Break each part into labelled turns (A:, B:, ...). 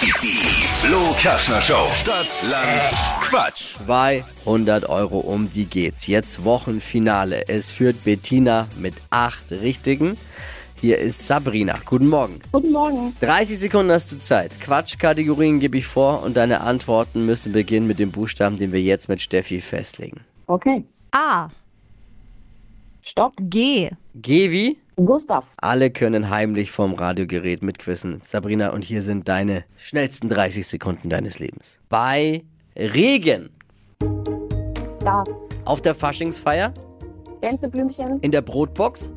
A: Die Flo Kaschner Show. Stadt, Land, Quatsch.
B: 200 Euro um die geht's. Jetzt Wochenfinale. Es führt Bettina mit acht Richtigen. Hier ist Sabrina. Guten Morgen.
C: Guten Morgen.
B: 30 Sekunden hast du Zeit. Quatschkategorien gebe ich vor und deine Antworten müssen beginnen mit dem Buchstaben, den wir jetzt mit Steffi festlegen.
C: Okay.
D: A.
C: Stopp.
D: G.
B: Geh wie?
C: Gustav.
B: Alle können heimlich vom Radiogerät mitquissen. Sabrina, und hier sind deine schnellsten 30 Sekunden deines Lebens. Bei Regen.
C: Da.
B: Auf der Faschingsfeier.
C: Gänseblümchen.
B: In der Brotbox.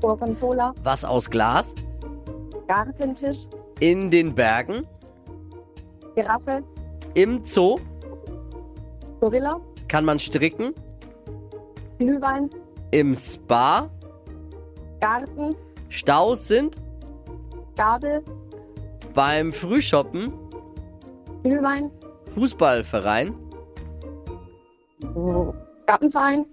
C: Gorgonzola.
B: Was aus Glas.
C: Gartentisch.
B: In den Bergen.
C: Giraffe.
B: Im Zoo.
C: Gorilla.
B: Kann man stricken.
C: Glühwein.
B: Im Spa.
C: Garten.
B: Staus sind.
C: Gabel.
B: Beim Frühshoppen.
C: Glühwein.
B: Fußballverein.
C: Oh. Gartenverein.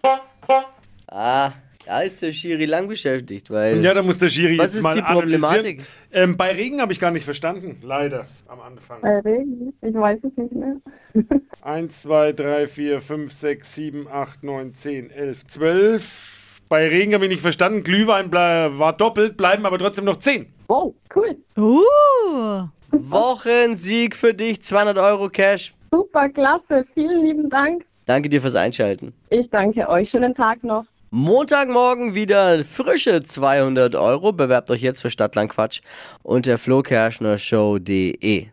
B: Ah, da ist der Schiri lang beschäftigt, weil.
E: Ja, da muss der Schiri
B: Was
E: jetzt
B: ist
E: mal
B: die Problematik?
E: analysieren. Ähm, bei Regen habe ich gar nicht verstanden, leider, am Anfang.
C: Äh, Regen. Ich weiß es nicht mehr.
E: 1, 2, 3, 4, 5, 6, 7, 8, 9, 10, 11, 12. Bei Regen habe ich nicht verstanden. Glühwein ble- war doppelt, bleiben aber trotzdem noch 10.
C: Wow, cool.
D: Uh.
B: Wochensieg für dich, 200 Euro Cash.
C: Super, klasse. Vielen lieben Dank.
B: Danke dir fürs Einschalten.
C: Ich danke euch. Schönen Tag noch.
B: Montagmorgen wieder frische 200 Euro. Bewerbt euch jetzt für Stadtlandquatsch unter flokerschnershow.de.